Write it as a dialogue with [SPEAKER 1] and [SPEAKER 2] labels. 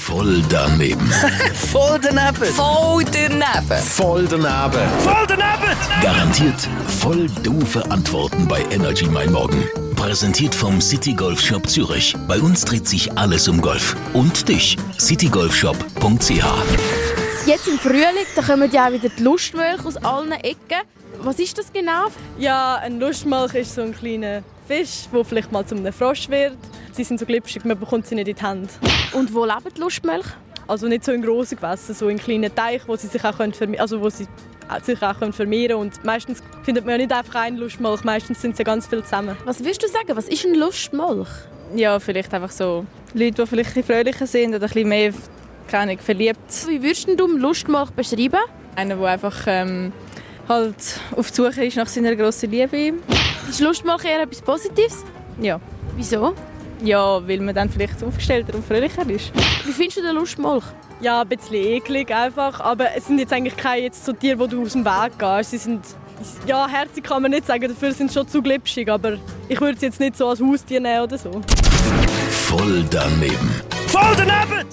[SPEAKER 1] Voll daneben.
[SPEAKER 2] Voll daneben.
[SPEAKER 3] Voll daneben.
[SPEAKER 1] Voll daneben.
[SPEAKER 2] Voll daneben.
[SPEAKER 1] Garantiert voll doofe Antworten bei Energy Mein Morgen. Präsentiert vom City Golf Shop Zürich. Bei uns dreht sich alles um Golf. Und dich, citygolfshop.ch.
[SPEAKER 4] Jetzt im Frühling, da kommen ja auch wieder die Lustmolche aus allen Ecken. Was ist das genau?
[SPEAKER 5] Ja, ein Lustmolch ist so ein kleiner Fisch, der vielleicht mal zu einem Frosch wird. Sie sind so glitschig, man bekommt sie nicht in die Hand.
[SPEAKER 4] Und wo leben die Lustmolche?
[SPEAKER 5] Also nicht so in grossen Gewässern, so in kleinen Teichen, wo sie sich auch, können verme- also wo sie sich auch können vermehren können. Und meistens findet man ja nicht einfach einen Lustmolch, meistens sind sie ganz viele zusammen.
[SPEAKER 4] Was würdest du sagen, was ist ein Lustmolch?
[SPEAKER 6] Ja, vielleicht einfach so Leute, die vielleicht ein bisschen fröhlicher sind oder ein bisschen mehr keine Ahnung, verliebt.
[SPEAKER 4] Wie würdest du einen Lustmolch beschreiben?
[SPEAKER 6] Einer, der einfach ähm, halt auf der Suche ist nach seiner grossen Liebe.
[SPEAKER 4] Ist Lustmolch eher etwas Positives?
[SPEAKER 6] Ja.
[SPEAKER 4] Wieso?
[SPEAKER 6] Ja, weil man dann vielleicht aufgestellter und fröhlicher ist.
[SPEAKER 4] Wie findest du den Lustmolch?
[SPEAKER 5] Ja, ein bisschen eklig einfach, aber es sind jetzt eigentlich keine jetzt so Tiere, die du aus dem Weg gehst. Sie sind, ja, herzig kann man nicht sagen, dafür sind sie schon zu glitschig, aber ich würde sie jetzt nicht so als Haustier nehmen oder so.
[SPEAKER 1] Voll daneben.
[SPEAKER 2] Voll daneben.